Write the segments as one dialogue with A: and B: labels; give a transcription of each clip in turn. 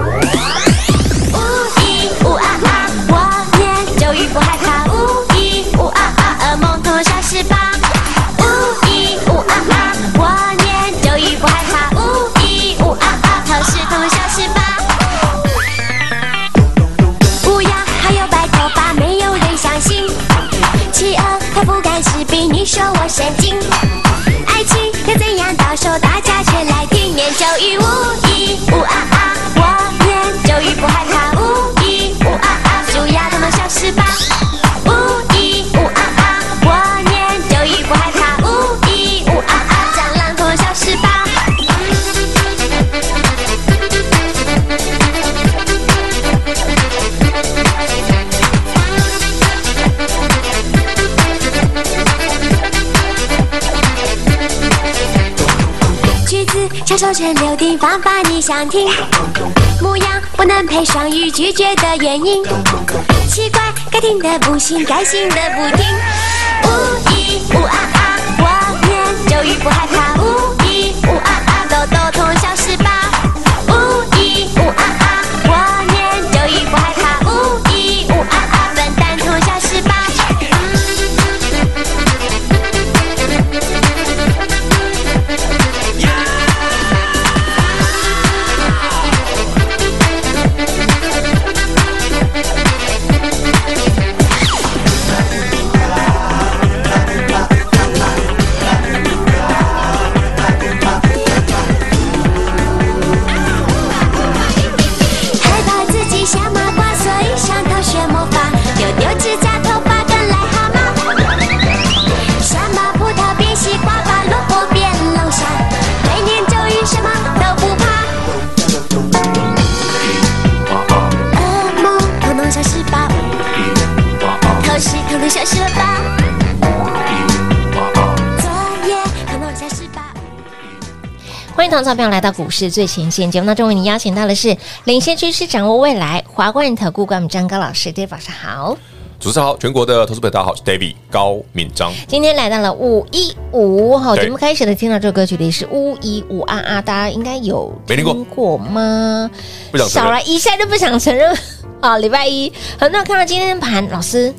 A: 五一五啊啊，我念咒语不害怕。五一五啊啊，噩梦通通消失吧。五一五啊啊，我念咒语不害怕。五一五啊啊，考试通通消失吧。乌鸦还有白头发，没有人相信。企鹅它不敢吃冰，你说我神经。爱情要怎样到手，大家全来听。念咒语五一五啊啊，我念咒语不害怕。五一五啊啊，数鸭它们消失吧。五一五啊啊，我念咒语不害怕。五一五啊啊，蟑螂它们消失吧。橘子翘首垂柳地方法你想听。牧羊不能配双语，拒绝的原因。奇怪，该听的不行，该信的不听。五一五啊啊，我念咒语不害怕。五一五啊啊，豆豆通通消失吧。五一五啊啊，我念咒语不害怕。五一五啊啊，笨蛋通通消失吧。害怕自己像麻瓜，所以想逃学魔法，丢丢指甲、头发跟癞蛤蟆。想把葡萄变西瓜，把萝卜变龙虾，每年咒语什么都不怕。噩梦统统消失吧，偷食统统消失吧，作业统统消失吧。
B: 欢迎投资朋友来到股市最前线节目当中，为您邀请到的是领先趋势、掌握未来华冠投顾管理张高老师，大家晚上好。
C: 主持人好，全国的投资朋友大家好，我是 David 高敏章。
B: 今天来到了五一五哈，
C: 对
B: 节目开始的听到这首歌曲的是五一五啊啊，大家应该有
C: 没听过
B: 吗？
C: 不想承
B: 少
C: 认
B: 来一下就不想承认啊！礼拜一很多人看到今天的盘，老师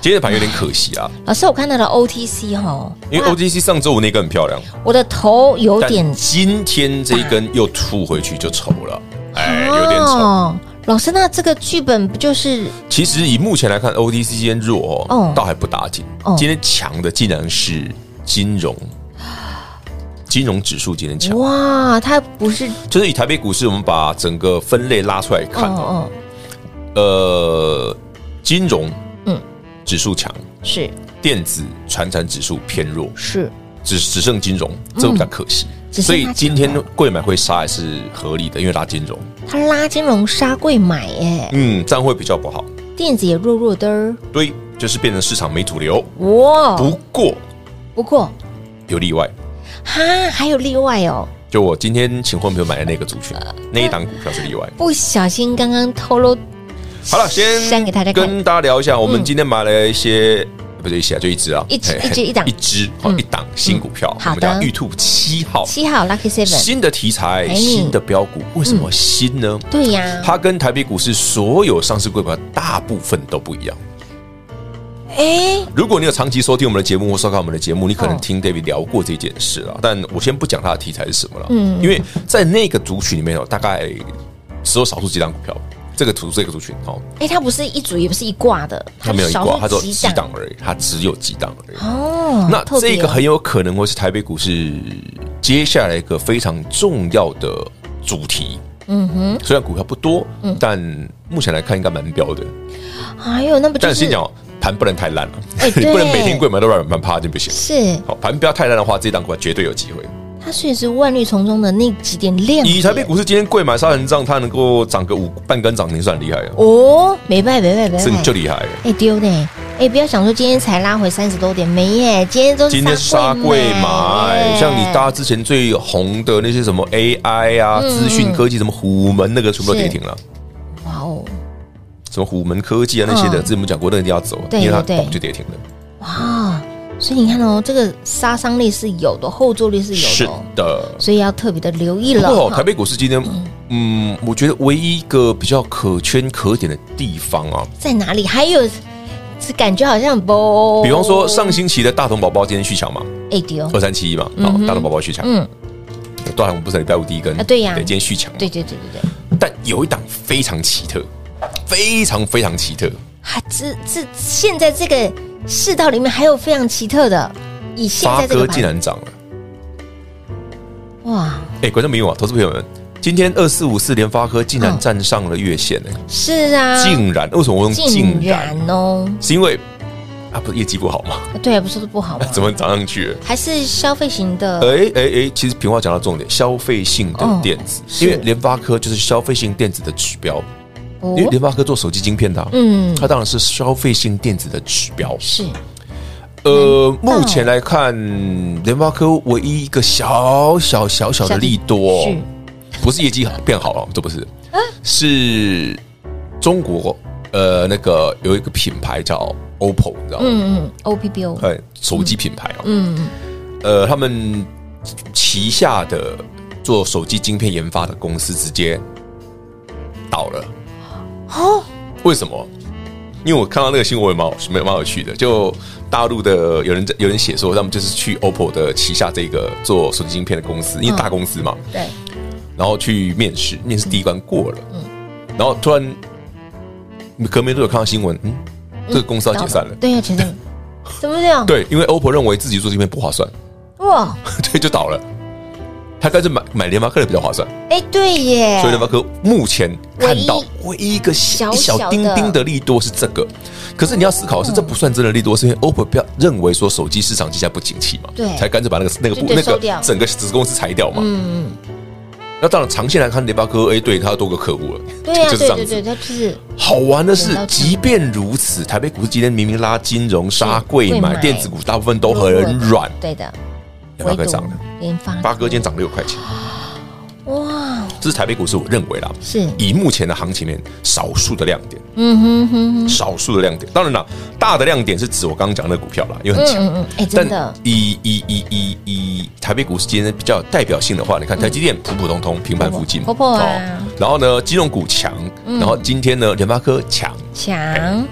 C: 今天的盘有点可惜啊，
B: 老师，我看到了 OTC 哈，
C: 因为
B: 哇
C: OTC 上周五那根很漂亮，
B: 我的头有
C: 但
B: 点
C: 今天这一根又吐回去就丑了，哎，有点丑。
B: 哦。老师，那这个剧本不就是
C: 其实以目前来看，OTC 今天弱
B: 哦
C: 哦，倒还不打紧
B: 哦。
C: 今天强的竟然是金融，金融指数今天强，
B: 哇？它不是
C: 就是以台北股市，我们把整个分类拉出来看哦，
B: 哦
C: 呃，金融
B: 嗯
C: 嗯指数强，
B: 哦，是
C: 电子、传产指数偏弱，
B: 是
C: 只只剩金融，这比较可惜。
B: 嗯只剩
C: 所以
B: 它
C: 今
B: 金
C: 天
B: 融
C: 贵买会杀还是合理的，因为拉金融，
B: 它拉金融杀贵买耶，
C: 嗯，这样会比较不好。
B: 电子也弱弱的儿
C: 对，就是变成市场没主流。
B: 哇。
C: 不过
B: 不过
C: 有例外，
B: 哈，还有例外哦，
C: 就我今天请会朋友买的那个族群，
B: 呃
C: 那一档股票是例外。
B: 不小心刚刚透露
C: 好了，先
B: 删给大家看
C: 跟大家聊一下，我
B: 嗯
C: 们今天买了一些，不对，一些啊，就一只啊，
B: 一只
C: 嘿嘿
B: 一只一档
C: 一只哦
B: 嗯
C: 一档新股票，我
B: 好
C: 们
B: 的
C: 叫玉兔七号，
B: 七号 Lucky Seven，
C: 新的题材，
B: 哎嗯
C: 新的标股，为什么新呢？
B: 对呀，
C: 它跟台北股市所有上市股票大部分都不一样。
B: 哎，
C: 如果你有长期收听我们的节目或收看我们的节目，你可能
B: 哦
C: 听 David 聊过这件事啊。但我先不讲它的题材是什么了，
B: 嗯
C: 因为在那个族群里面有大概只有少数几档股票，这个图这个族群哦，
B: 哎，它不是一组，也不是一挂的，
C: 它没有一挂，它只
B: 少数
C: 有几档而已，它只有几档而已。
B: 哦。
C: 那
B: 特别
C: 这个很有可能会是台北股市接下来一个非常重要的主题。
B: 嗯哼，嗯
C: 虽然股票不多，但目前来看应该蛮标的。
B: 哎呦，那不就
C: 但是
B: 是
C: 先讲哦盘不能太烂了，
B: 哎
C: 你不能
B: 对
C: 每天贵买都乱买趴就不行。
B: 是
C: 好，盘不要太烂的话，这档股票绝对有机会。
B: 它所以是万绿丛中的那几点亮点
C: 以台北股市今天贵买杀人账，它能够涨个五半根涨停，算厉害了，
B: 哦，没败没败没
C: 这
B: 败，
C: 就厉害了。
B: 哎丢呢，哎不要想说今天才拉回三十多点，没耶，今天都是
C: 今天杀贵买，
B: 耶
C: 像你搭之前最红的那些什么 AI 啊、
B: 嗯
C: 资讯科技，什么虎门那个全部都跌停了，
B: 哇哦，
C: 什么虎门科技啊那些的，
B: 嗯
C: 之前我们讲过，那个一定要走，
B: 对
C: 因为它
B: 对对
C: 嘣就跌停了。
B: 哇，所以你看哦，这个杀伤力是有的，后坐力是
C: 是
B: 有的哦，
C: 的，
B: 所以要特别的留意
C: 不
B: 了
C: 过哦，
B: 哈。
C: 台北股市今天，嗯，我觉得唯一一个比较可圈可点的地方啊，
B: 在哪里？还有是感觉好像不，
C: 比方说上星期的大同宝宝今天续强嘛，
B: 哎丢，
C: 二三七一嘛，
B: 嗯
C: 好
B: 哼，
C: 大同宝宝续强，
B: 嗯，
C: 大同不是礼拜五第一根
B: 啊对呀
C: 对，今天续强，
B: 对对对对对，
C: 但有一档非常奇特，非常非常奇特，
B: 还啊这这现在这个世道里面还有非常奇特的，以现
C: 发
B: 在这
C: 哥
B: 个
C: 竟
B: 盘
C: 然涨了。
B: 哇，
C: 哎，观众朋友啊，投资朋友们，今天二四五四联发科竟然
B: 嗯
C: 站上了月线呢、
B: 是啊，
C: 竟然为什么我用竟
B: 竟
C: 然？
B: 然哦，
C: 是因为啊，不是业绩不好吗？
B: 对，啊不是说不好吗
C: 哎？怎么涨上去了？
B: 还是消费型的？
C: 哎哎哎，其实平话讲到重点，消费性的电子，
B: 嗯
C: 因为
B: 是
C: 联发科就是消费性电子的指标，
B: 哦
C: 因为联发科做手机晶片的、啊，
B: 嗯，
C: 它当然是消费性电子的指标。
B: 是嗯
C: 呃，目前来看，联发科唯一一个小小小小的利多，
B: 是啊
C: 不是业绩变好了，这不是，是中国呃那个有一个品牌叫 OPPO，你知道吗？
B: 嗯嗯，O P P O，
C: 哎，手机品牌哦，
B: 嗯，
C: 呃，他们旗下的做手机晶片研发的公司直接倒了。
B: 哦，
C: 为什么？因为我看到那个新闻蛮有蛮蛮有趣的，就大陆的有人在有人写说，他们就是去 OPPO 的旗下这个做手机晶片的公司，因为大公司嘛，
B: 对，
C: 然后去面试，面试第一关过了，
B: 嗯
C: 然后突然隔没多久看到新闻，嗯，这个公司要解散了。
B: 对呀， 解散了，怎么这样？
C: 对，因为 OPPO 认为自己做晶片不划算，
B: 哇，
C: 对，就倒了。他干脆买买联发科的比较划算，
B: 哎，对耶
C: 所以，联发科目前看到唯一一个
B: 小
C: 一
B: 小的嗯
C: 小丁丁的利多是这个。可是你要思考的是，这不算真的利多，是因为 OPPO 不要认为说手机市场现在不景气嘛，
B: 对
C: 才干脆把那个那个部
B: 对对
C: 那
B: 收
C: 个
B: 掉
C: 整个子公司裁掉嘛。
B: 嗯，
C: 那当然，长线来看，联发科，哎，对，它多个可恶了，
B: 对呀，
C: 就
B: 对对对，它就是
C: 好玩的
B: 等
C: 是
B: 到，这样
C: 即便如此，台北股市今天明明拉金融、杀贵
B: 贵
C: 买
B: 买
C: 电子股，大部分都很软，
B: 对的，
C: 联发科涨了，
B: 联发
C: 八哥今天涨六块钱，
B: 哇，
C: 这是台北股市我认为啦，
B: 是，
C: 以目前的行情里面少数的亮点，
B: 嗯哼哼哼，
C: 少数的亮点。当然啦，大的亮点是指我刚刚讲的那个股票啦，因为很
B: 嗯
C: 强。
B: 嗯嗯，哎，
C: 但
B: 真的，
C: 以以以以以台北股市今天比较有代表性的话，你看台积电普普通通，平盘附近，
B: 嗯婆婆啊嗯
C: 哦然后呢，金融股强，然后今天呢，联发科强，哎
B: 强，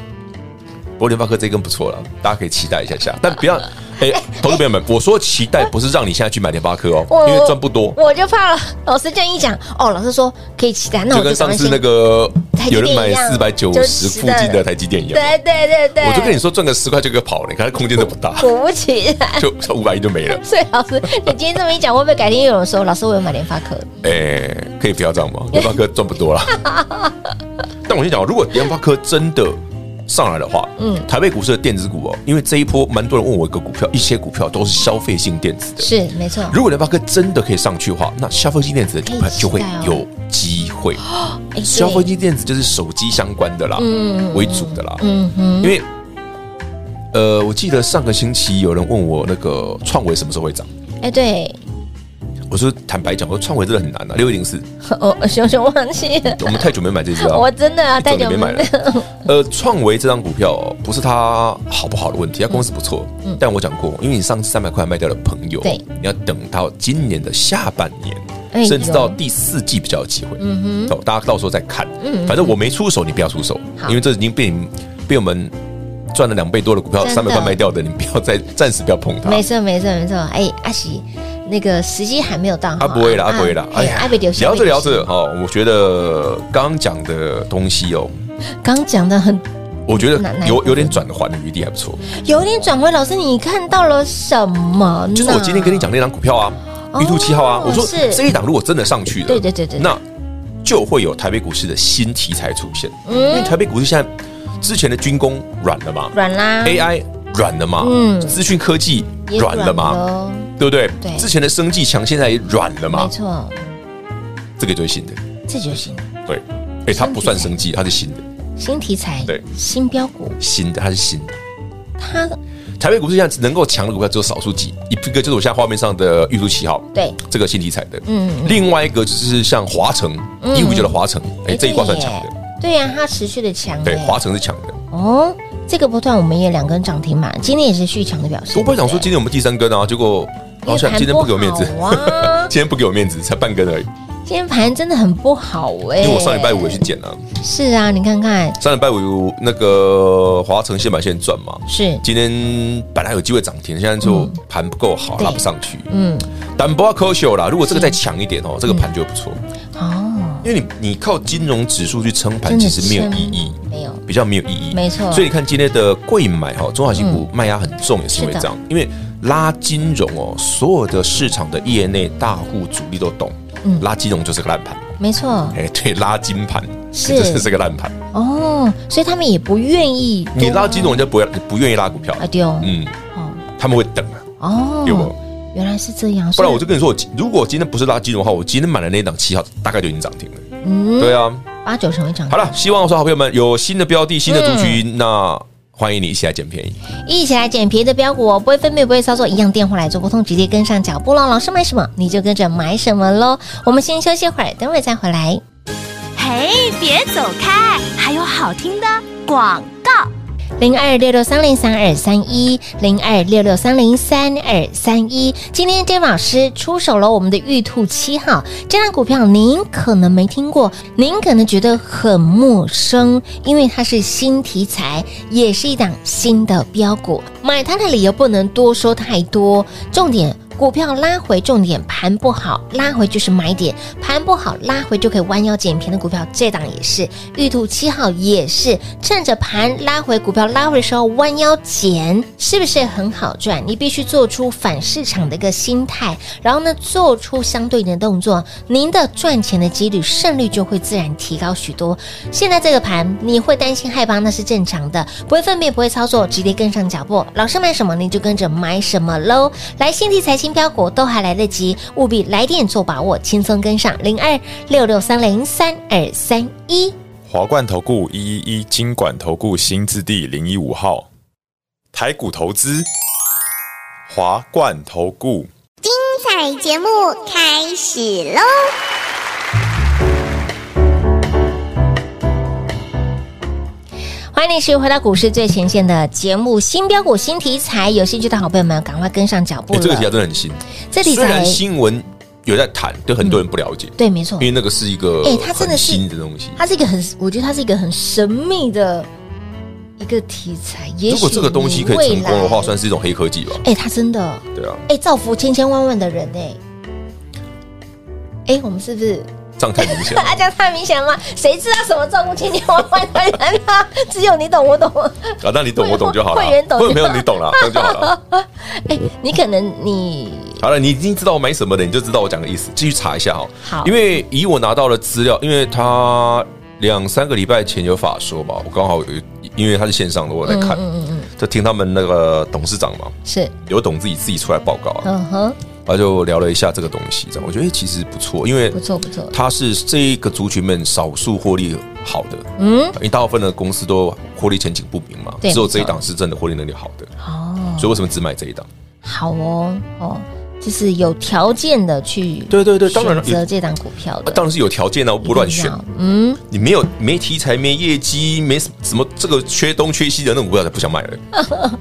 C: 不过联发科这根不错了，大家可以期待一下下，但不 要，哎，投资朋友们，我说期待不是让你现在去买联发科哦，
B: 我
C: 因为赚不多，
B: 我就怕了， 老师这样一讲，哦，老师说可以期待，那
C: 就
B: 我
C: 跟
B: 就赶
C: 上
B: 快
C: 次
B: 先
C: 那个
B: 台积电
C: 有人买
B: 一样
C: 四百九
B: 就
C: 十
B: 是
C: 附近
B: 的
C: 的台积电一样，
B: 对对对对，
C: 我就跟你说赚个十块就可以跑了，你看它空间都不 大，
B: 果不其然。
C: 就五百亿就没了，
B: 所以 老师，你今天这么一讲，会不会改天又有人说，老师我有买联发科？
C: 哎，可以不要这样吗？联发科赚不 多了，但我先讲哦，如果联发科真的上来的话，嗯，台北股市的电子股哦，因为这一波蛮多人问我一个股票，一些股票都是消费性电子的，
B: 是，没错。
C: 如果联发科真的可以上去的话，那消费性电子的股票
B: 哦
C: 就会有机会。
B: 哎对
C: 消费性电子就是手机相关的啦，为主的啦。
B: 嗯哼，
C: 因为呃，我记得上个星期有人问我那个创维什么时候会涨，
B: 哎，对，
C: 我说坦白讲，我说创维真的很难啊，六一零四，
B: 我熊熊忘记了，
C: 我们太久没买这只 了。
B: 我真的啊，
C: 早
B: 太
C: 就
B: 久
C: 没买了。 呃，创维这张股票哦不是它好不好的问题，它公司不错。但我讲过，因为你上次三百块卖掉的朋友，
B: 嗯对
C: 你要等到今年的下半
B: 哎呦
C: 年，甚至到第四季比较有机会。嗯哼，大家到时候再看。
B: 嗯
C: 反正我没出手，你不要出手，
B: 好
C: 因为这已经被你被我们赚了两倍多的股票，
B: 真的
C: 三百块卖掉的，你不要再 暂时不要碰它。
B: 没错，没错，没错。哎，阿喜，那个时机还没有到哈。
C: 啊，不会啦，啊，不会啦，
B: 哎，阿北留下
C: 聊着聊着，哦，我觉得刚刚讲的东西哦，
B: 刚讲的很
C: 我觉
B: 哪哪
C: 得
B: 一
C: 有
B: 部
C: 有点转圜的余地还不错。
B: 有点转回，老师你看到了什么呢？
C: 就是我今天跟你讲那档股票啊，
B: 哦
C: 玉兔七号啊，我说
B: 是
C: 这一档如果真的上去了，
B: 对对对对对
C: 那就会有台北股市的新题材出现，
B: 嗯
C: 因为台北股市现在之前的军工软了嘛
B: 软啦
C: ，AI 软了嘛
B: 嗯，
C: 资讯科技
B: 也
C: 软了嘛，
B: 哦？
C: 对不对？
B: 对
C: 之前的生技强，现在也软了
B: 没
C: 嘛，
B: 错，
C: 这个就是新的，
B: 这就行了。
C: 对，哎，它不算生技，它是新的，
B: 新题材，
C: 对
B: 新标股，
C: 新的，它是新的。
B: 它
C: 台北股市现在能够强的股票只有少数几，一个就是我现在画面上的玉兔七号，
B: 对
C: 这个新题材的，
B: 嗯嗯
C: 另外一个就是像华城一五九的华城，哎，这一挂算强的，，
B: 诶对耶对呀，它持续的强耶，
C: 对，华城是强的。
B: 哦，这个波段我们也两根涨停板，今天也是续强的表现。
C: 我本来想说
B: 对
C: 今天我们第三根啊，结果
B: 因为
C: 好像
B: 盘
C: 今天不给我面子
B: 不好啊，
C: 今天不给我面子，才半根而已，
B: 不对今天盘真的很不好哎，
C: 因为我上礼拜五也去捡了，
B: 是啊，你看看
C: 上礼拜五那个华城先买现赚嘛，
B: 是，
C: 今天本来有机会涨停，现在就盘不够好，
B: 对
C: 拉不上去，
B: 嗯，
C: 但不要抠秀啦，如果这个再强一点哦，这个盘就会不错。
B: 哦，
C: 因为你你靠金融指数去撑盘，
B: 真的
C: 其实没有意义，
B: 真没有，
C: 比较没有意义，
B: 没错嗯
C: 所以你看今天的贵买哈，中小型股卖压很重，也是因为这样，因为拉金融哦，所有的市场的业内大户主力都懂，
B: 嗯
C: 拉金融就是个烂盘，
B: 没错，
C: 哎，对，拉金盘。
B: 是
C: 这真是个烂盘，
B: 哦，所以他们也不愿意多
C: 你拉金融人家不会不愿意拉股票，
B: 啊丢，
C: 嗯，
B: 哦
C: 他们会等啊，
B: 哦
C: 有没有，
B: 原来是这样，
C: 不
B: 所以
C: 然我就跟你说，我如果今天不是拉金融的话，我今天买的那档七号大概就已经涨停了。
B: 嗯
C: 对啊，
B: 八九成会涨停
C: 好，了，希望我说好朋友们有新的标的、新的族
B: 嗯
C: 群，那欢迎你一起来捡便宜。
B: 一起来捡便宜的标股哦，不会分辨，不会操作，一样电话来做沟通，直接跟上脚步喽。老师买什么，你就跟着买什么喽。我们先休息会儿，等会儿再回来。
A: 嘿，别走开，还有好听的广告。
B: 零二六六三零三二三一，零二六六三零三二三一。今天 J 老师出手了我们的玉兔七号这张股票，您可能没听过，您可能觉得很陌生，因为它是新题材，也是一档新的标股。买它的理由不能多说太多，重点。股票拉回，重点盘不好，拉回就是买点；盘不好，拉回就可以弯腰捡便宜的股票，这档也是，玉兔七号也是，趁着盘拉回，股票拉回的时候弯腰捡，是不是很好赚？你必须做出反市场的一个心态，然后呢，做出相对应的动作，您的赚钱的几率胜率就会自然提高许多。现在这个盘，你会担心害怕，那是正常的，不会分辨，不会操作，直接跟上脚步。老师买什么，你就跟着买什么喽。来新题材、新标股都还来得及，务必来电做把握，轻松跟上零二六六三零三二三一。
D: 华冠投顾一一一金管投顾新字第零一五号，台股投资，华冠投顾。
E: 彩节目开始喽！
B: 欢迎你持续回到股市最前线的节目，新标股、新题材，有兴趣的好朋友们赶快跟上脚步
C: 哎
B: 了。
C: 这个题材真的很新，
B: 这题
C: 虽
B: 材
C: 然新闻有在谈，对很多人不了解，
B: 对，没错
C: 因，为那个是一个
B: 嗯哎它真的
C: 很
B: 是
C: 新的东西。
B: 它是一个很，我觉得它是一个很神秘的一个题材。也许
C: 如果这个东西可以成功的
B: 你未来
C: 话，算是一种黑科技吧？
B: 哎、它真的
C: 对啊，
B: 哎、造福千千万万的人哎、哎、我们是不是？
C: 这样太明 显了。
B: 大家太明显了吗？谁知道什么照顾千千万万的人啊？只有你懂，我懂。
C: 啊，那你懂我懂就好了，
B: 会员懂
C: 会 员朋友你懂了，这样就好了。
B: 哎、你可能你
C: 好了，你已经知道我买什么了，你就知道我讲的意思。继续查一下哦。
B: 好
C: 因为以我拿到的资料，因为他两三个礼拜前有法说嘛，我刚好有，因为他是线上的，我
B: 嗯
C: 在看，就听他们那个董事长嘛，
B: 是，
C: 刘董自己自己出来报告啊，
B: 嗯哼，
C: 他就聊了一下这个东西，这样我觉得诶其实不错，因为
B: 不错不错，
C: 它是这个族群们少数获利好的，
B: 嗯，
C: 因为大部分的公司都获利前景不明嘛，
B: 对
C: 只有这一
B: 没错
C: 档是真的获利能力好的，
B: 哦，
C: 所以为什么只买这一档？
B: 好哦，哦，就是有条件的去
C: 对对对当然了
B: 选择这档股票的，
C: 啊当然是有条件啊，我不乱选
B: 一定。要，嗯，
C: 你没有没题材、没业绩、没什什么这个缺东缺西的那种股票，才不想买 了，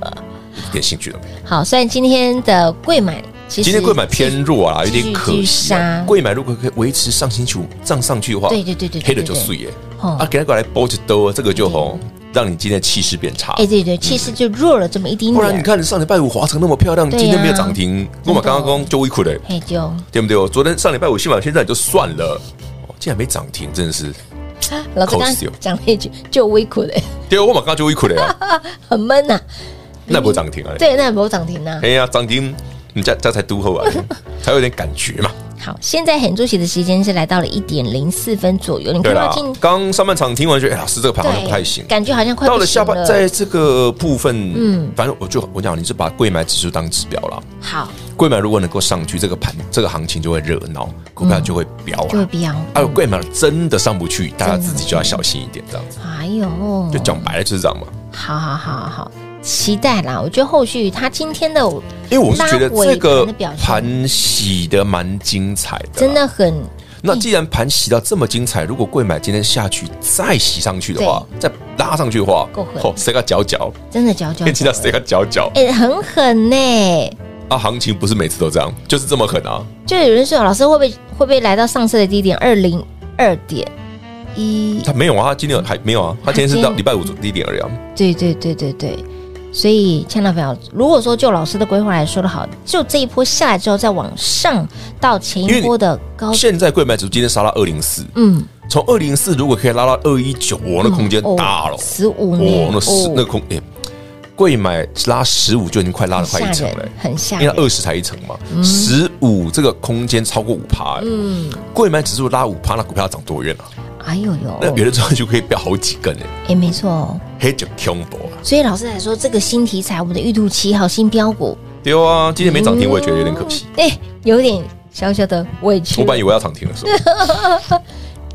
C: 一点兴趣都没有。
B: 好，虽然今天的贵买，其实
C: 今天贵买偏弱啊，有
B: 继续
C: 点可惜
B: 继续
C: 啊
B: 杀。
C: 贵买如果可以维持上星期五涨上去的话，
B: 对对对对对
C: 黑的就碎耶。
B: 哦
C: 啊，给他过来包一兜，这个就吼，让你今天的气势变差。
B: 哎，对对，气势就弱了这么一丁
C: 嗯不然你
B: 点，
C: 看上礼拜五华城那么漂亮，
B: 对
C: 今
B: 啊
C: 天没有涨停，我们刚刚刚就微苦嘞，
B: 嘿就
C: 对不对？我昨天上礼拜五新买，现在也就算了，哦竟然没涨停，真的是。
B: 老子
C: 口
B: 刚
C: 水哦
B: 刚讲了一句，就微苦的，
C: 对啊，我马刚就微苦 嘞啊，
B: 很闷呐，
C: 那不涨停啊。
B: 对，那也没有涨停呐。
C: 哎呀，涨停，你这这才读后啊，才有点感觉嘛。
B: 好，现在很主席的时间是来到了一点零四分左右，你
C: 对
B: 快
C: 啦
B: 要进，
C: 刚上半场听完觉得，哎，老师这个盘好像不太行。
B: 嗯感觉好像快
C: 到
B: 不
C: 了
B: 行
C: 下半，在这个部分，
B: 啊嗯
C: 嗯，反正我就我讲，你是把贵买指数当指标啦。
B: 好
C: 贵买如果能够上去，这个盘这个行情就会热闹，股票就会飙
B: 就会
C: 啊。
B: 飙，
C: 还有贵买真的上不去，大家自己就要小心一点，这样子。
B: 哎呦，
C: 就讲白了就是这样嘛。
B: 好好好好，期待啦！我觉得后续他今天的
C: 因为我是觉得
B: 拉尾
C: 这个
B: 盘的表现
C: 盘洗的蛮精彩的，
B: 真。的很嗯
C: 那既然盘洗到这么精彩，如果贵买今天下去再洗上去的话，再拉上去的话
B: 够狠，
C: 谁个佼佼？
B: 真的佼佼
C: 可以听到
B: 者，
C: 谁个佼佼？
B: 哎、很狠呢、
C: 啊，行情不是每次都这样，就是这么狠啊！
B: 就有人说，老师会不会会不会来到上次的低点二零二点一？
C: 他没有啊，他今天有还没有啊，他今天是
B: 他
C: 到
B: 今天
C: 礼拜五低点而已啊。
B: 对对对对对。所以，亲爱的朋友，如果说就老师的规划来说的好，就这一波下来之后，再往上到前一波的高，
C: 现在贵买指数今天杀到二零四，
B: 嗯，
C: 从二零四如果可以拉到二一九，哇，那空间
B: 哦
C: 大了，
B: 十五哦
C: 哇
B: 呢，，
C: 那十那空哎，贵买拉十五就已经快拉了快
B: 吓
C: 一层了
B: 人，，很吓
C: 因为
B: 人
C: 它，二十才一层嘛，
B: 嗯
C: 十五这个空间超过五趴，嗯，贵买指数拉五趴，那股票要涨多远啊？
B: 哎呦呦，
C: 那有的时候就可以飙好几根哎，
B: 哎、没错哦。
C: 黑就 combo 啊，
B: 所以老师来说，这个新题材，我们的玉兔七号新标股，
C: 对啊，今天没涨停我也觉得有点可惜，
B: 哎、有点小小的委屈。
C: 嗯我本来以为要涨停的时候，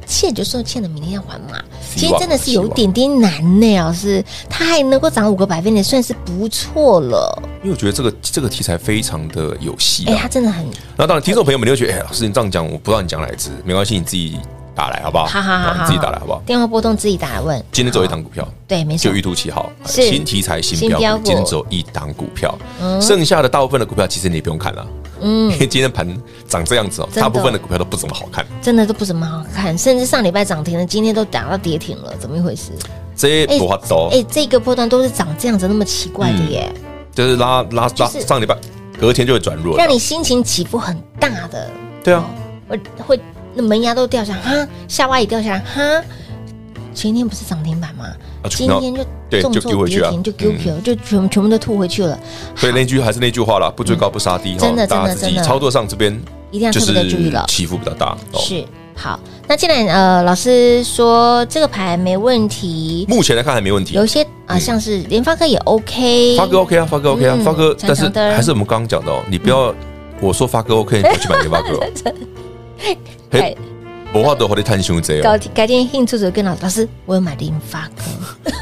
B: 欠就算欠了，明天要还嘛。
C: 希
B: 其
C: 望
B: 实真的是有点点难呢，老师，它还能够涨五个百分点，算是不错了。
C: 因为我觉得这个这个题材非常的有戏
B: 哎、
C: 啊
B: 它。真的很
C: 那当然，听众朋友们你会觉得，哎，老师你这样讲，我不知道你讲哪一只，没关系，你自己打来好不好？
B: 好好好好
C: 你自己打来好不好？
B: 电话波动自己打来问。
C: 今天只有一档股票，
B: 对，没错
C: 就玉，兔七号，
B: 是
C: 新题材新
B: 新标
C: 标
B: 股
C: 股，今天只有一档股票，剩下的大部分的股票其实你也不用看了，
B: 嗯
C: 因为今天盘长这样子哦
B: 真，的哎
C: 大部分的股票都不怎么好看。
B: 真的都不怎么好看，甚至上礼拜涨停了，今天都打到跌停了，怎么一回事？
C: 这些不法走
B: 哎、，这个波段都是长这样子，那么奇怪的耶，
C: 就是拉拉拉
B: 是
C: 上礼拜隔天就会转弱了
B: 让，你哦心情起伏很大的，
C: 对啊，
B: 我会那门牙都掉下来，哈，下巴也掉下来，哈。前天不是涨停板吗？
C: 啊
B: 今天就
C: 对
B: 重
C: 就
B: 挫
C: 丢回
B: 跌
C: 去啊
B: 停，就丢票，就全全部都吐回去了。
C: 所以那句还是那句话啦，不追高不杀
B: 嗯
C: 低哦
B: 真的
C: 大
B: 真
C: 家
B: 的
C: 自己
B: 真的
C: 操作上这边
B: 一定要
C: 就
B: 特别的注意
C: 是
B: 了。
C: 起伏比较大哦。
B: 是，好，那既然呃老师说这个牌没问题，
C: 目前来看还没问题
B: 有，一些啊、像是联发科也 OK，
C: 发哥 OK 啊，发哥 OK 啊
B: 嗯，
C: 发哥，
B: 长
C: 但是
B: 长的嗯
C: 还是我们刚刚讲的哦，你不要我说发哥 OK，你跑去买给 发哥哦，
B: 改
C: 嘿，我话都和你探寻这
B: 改
C: 样，
B: 改天兴出主跟老老师，我有买联发科，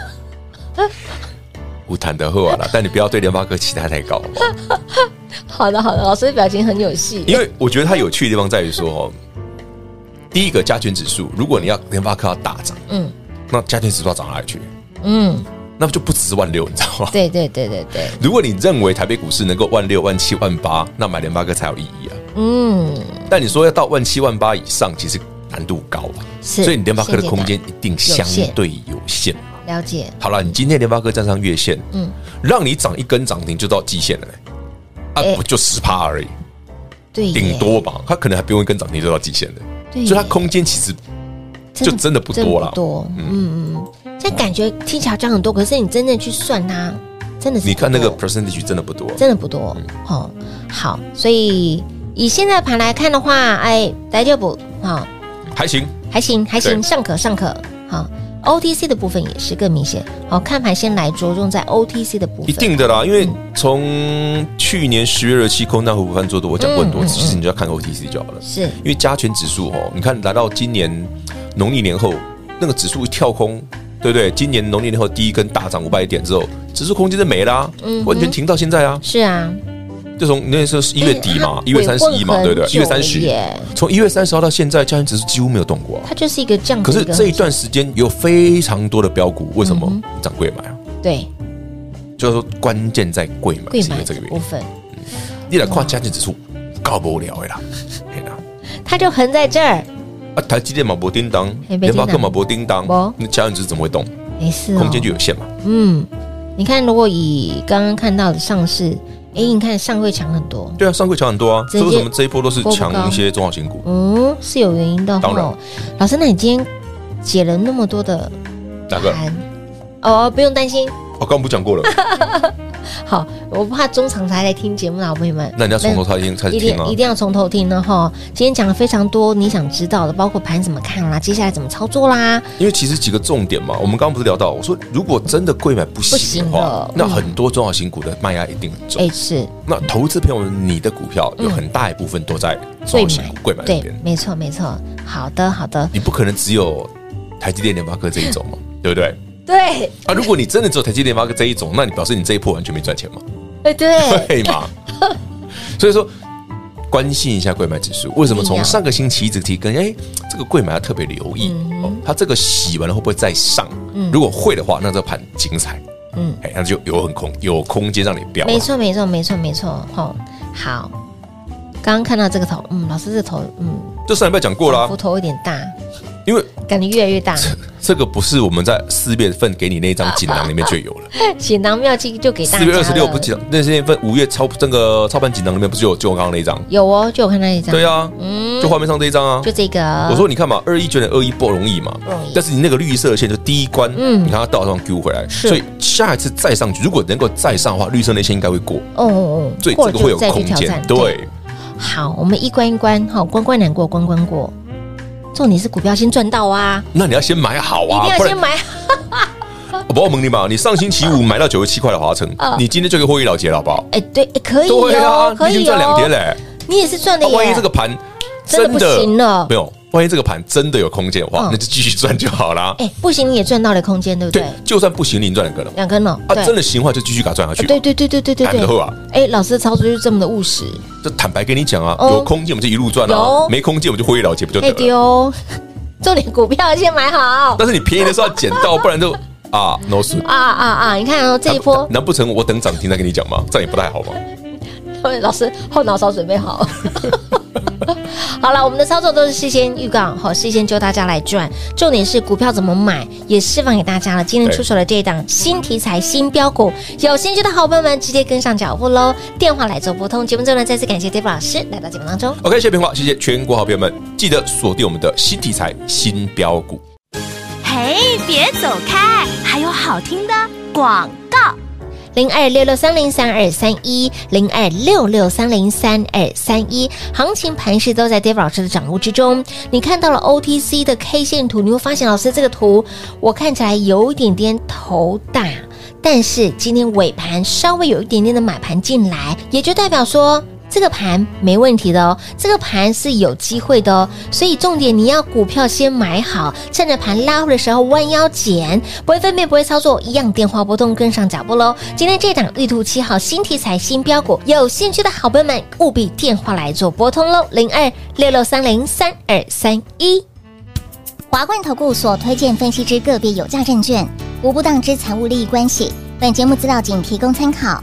C: 我谈得后啊 啦，但你不要对联发科期待太高，好不好
B: 好的好的，老师的表情很有戏，
C: 因为我觉得它有趣的地方在于说哦，第一个加权指数，如果你要联发科要大涨，
B: 嗯
C: 那加权指数要涨哪里去？
B: 嗯，
C: 那就不止万六，你知道吗？
B: 对对对对对，
C: 如果你认为台北股市能够万六、万七、万八，那买联发科才有意义啊。
B: 嗯
C: 但你说要到万七、万八以上，其实难度高啊，
B: 是
C: 所以你联发科的空间
B: 现
C: 一定相对有限嘛。
B: 了解，
C: 好了，你今天联发科站上月线，
B: 嗯
C: 嗯，让你涨一根涨停就到季线了嘞、
B: 哎
C: 啊，不就十趴而已，
B: 对耶，
C: 顶多吧，它可能还不用一根涨停就到季线的，
B: 对耶，
C: 所以它空间其实
B: 真的
C: 就真的不多
B: 真
C: 啦
B: 的不多，嗯嗯，嗯这感觉听起来好像很多，可是你真正去算它，真的是
C: 你看那
B: 不
C: 个
B: 多
C: percentage 真的不多，
B: 真的不多
C: 嗯
B: 哦。好，所以以现在盘来看的话，哎，来就补哦，
C: 还行。
B: 还行还行，
C: 对
B: 尚可尚可好。OTC 的部分也是更明显，好看盘先来着重在 OTC 的部分，
C: 一定的啦，因为从去年十月的七空那回不翻做多，我讲过很多次，
B: 嗯
C: 其实你就要看 OTC 就好了。
B: 是
C: 因为加权指数哦，你看来到今年农历年后，那个指数一跳空，对不对？今年农历年后第一根大涨五百点之后，指数空间就没啦、
B: 嗯哼
C: 完全停到现在啊！
B: 是啊，
C: 就从那时候是一月底嘛
B: 哎，
C: 一月三十一嘛，
B: 它
C: 对不对？
B: 滚
C: 一月三
B: 很久了
C: 十，
B: 耶
C: 从一月三十号到现在，加权指数几乎没有动过啊。
B: 它就是一个这样
C: 可
B: 子
C: 是
B: 一个，
C: 这一段时间有非常多的标股，为什么
B: 嗯
C: 涨贵买啊？
B: 对
C: 就是说关键在贵买，
B: 贵
C: 是因
B: 买哦
C: 为这
B: 的
C: 个原
B: 部
C: 因。
B: 分，
C: 你来看加权指数，搞不了的啦，嘿啦。
B: 它就横在这儿，
C: 啊，台积电嘛不叮当，
B: 嘿没叮当
C: 联发科嘛不叮当
B: 没，
C: 那加权指数怎么会动？
B: 没事、哦，
C: 空间就有限嘛。
B: 嗯，你看，如果以刚刚看到的上市，哎，你看上会强很多，
C: 对啊，上柜强很多啊，
B: 直
C: 所
B: 接
C: 以为什么这一波都是
B: 波不高
C: 强一些中小型股？
B: 嗯，是有原因的
C: 当然
B: 哦。老师，那你今天解了那么多的
C: 哪个？
B: 哎盘，哦，不用担心，
C: 我刚刚不讲过了，
B: 好，我怕中场才来听节目的好朋友们，
C: 那你要从头开始开始
B: 一
C: 听
B: 定
C: 啊
B: 一。定要从头听呢哈。今天讲了非常多你想知道的，包括盘怎么看啦，接下来怎么操作啦，
C: 因为其实几个重点嘛，我们刚刚不是聊到，我说如果真的贵买不行的
B: 不行
C: 话
B: 了，
C: 那很多中小型股的卖压一定很重
B: 哎。是
C: 那投资朋友们，你的股票有很大一部分都在中
B: 贵
C: 小型
B: 买
C: 股贵买那
B: 对
C: 边，，
B: 没错没错，好的好的，
C: 你不可能只有台积电、联发科这一种嘛，对不对？
B: 对
C: 啊，如果你真的只有台积电、联发科这一种，那你表示你这一波完全没赚钱嘛？
B: 哎 对，
C: 对嘛？所以说，关心一下贵买指数，为什么
B: 一定要
C: 从上个星期一直提跟？哎，这个贵买要特别留意、
B: 嗯
C: 哦，它这个洗完了会不会再上？如果会的话，那这盘精彩，
B: 嗯
C: 嗯，哎，那就有很空有空间让你飙了，
B: 没错没错没错没错，吼好。刚刚看到这个头，嗯，老师这个头，嗯，
C: 就上礼拜讲过啊啦、
B: 幅头有点大，
C: 因为
B: 感觉越来越 大。
C: 这个不是我们在四月份给你那张锦囊里面就有 了，
B: 锦囊妙计就给大家
C: 四月二十六
B: 了
C: 不锦囊那些份五月超这个操盘锦囊里面不是有就我刚刚那一张？
B: 有哦，就我看到一张，
C: 对啊，
B: 嗯
C: 就画面上这一张啊，
B: 就这个。
C: 我说你看嘛，二一九点二一不容易嘛，
B: 不容易
C: 但是你那个绿色的线就第一关，
B: 嗯
C: 嗯，你看它到上丢回来，
B: 是
C: 所以下一次再上去，如果能够再上的话，绿色那线应该会过，
B: 哦哦哦，
C: 所以
B: 过
C: 这
B: 了
C: 个会有
B: 就再去
C: 空
B: 挑
C: 间
B: 战。，
C: 对，
B: 好，我们一关一关，好，关关难过关关过。重点是股票先赚到啊，
C: 那你要先买好
B: 一
C: 啊，
B: 定要
C: 不然哦
B: 先买。
C: 我不要蒙你嘛，你上星期五买到九十七块的华城
B: 嗯，
C: 你今天就可以获利了结了，好不好？
B: 哎，对，哎可以
C: 对啊
B: 哦，，可
C: 你已经
B: 以
C: 赚两天
B: 哦。
C: 嘞，
B: 你也是赚的
C: 那
B: 耶。
C: 万一这个盘
B: 真的不行了
C: 没有，万一这个盘真的有空间的话
B: 嗯，
C: 那就继续赚就好啦。
B: 哎不行，你也赚到了空间，对不
C: 对
B: 对？，
C: 就算不行，你赚两个了。
B: 两根哦，
C: 啊，
B: 对呃哎
C: 真的行的话就继续给它赚下去。
B: 对对对对对对
C: 谈
B: 对。
C: 得后啊，
B: 哎，老师的操作就是这么的务实。
C: 这坦白跟你讲啊，
B: 嗯
C: 有空间我们就一路赚啊
B: 有，
C: 没空间我们就获利了结不就
B: 哎
C: 得了？
B: 丢， 重点股票先买好。
C: 但是你便宜的时候要捡到，不 然就啊 no 损。
B: 啊啊啊！你看哦，这一波
C: 难难不成我等涨停再跟你讲吗？这样也不太好吧？
B: 老师后脑勺准备好。好了，我们的操作都是事先预告，好，事先教大家来赚。重点是股票怎么买，也示范给大家了。今天
C: 对
B: 出手的这一档新题材、新标股，有兴趣的好朋友们直接跟上脚步喽！电话来做拨通。节目最后呢，再次感谢 David 老师来到节目当中。
C: OK，谢谢平话，谢谢全国好朋友们，记得锁定我们的新题材、新标股。
E: 嘿，别走开，还有好听的广告。
B: 零二六六三零三二三一零二六六三零三二三一，行情盘势都在 Dave 老师的掌握之中。你看到了 OTC 的 K 线图，你会发现老师这个图我看起来有一点点头大，但是今天尾盘稍微有一点点的买盘进来，也就代表说。这个盘没问题的哦，这个盘是有机会的哦，所以重点你要股票先买好，趁着盘拉回的时候弯腰捡，不会分辨不会操作，一样电话波动跟上脚步喽。今天这档玉兔七号新题材新标股，有兴趣的好朋友们务必电话来做拨通喽，零二六六三零三二三一。
E: 华冠投顾所推荐分析之个别有价证券，无不当之财务利益关系。本节目资料仅提供参考，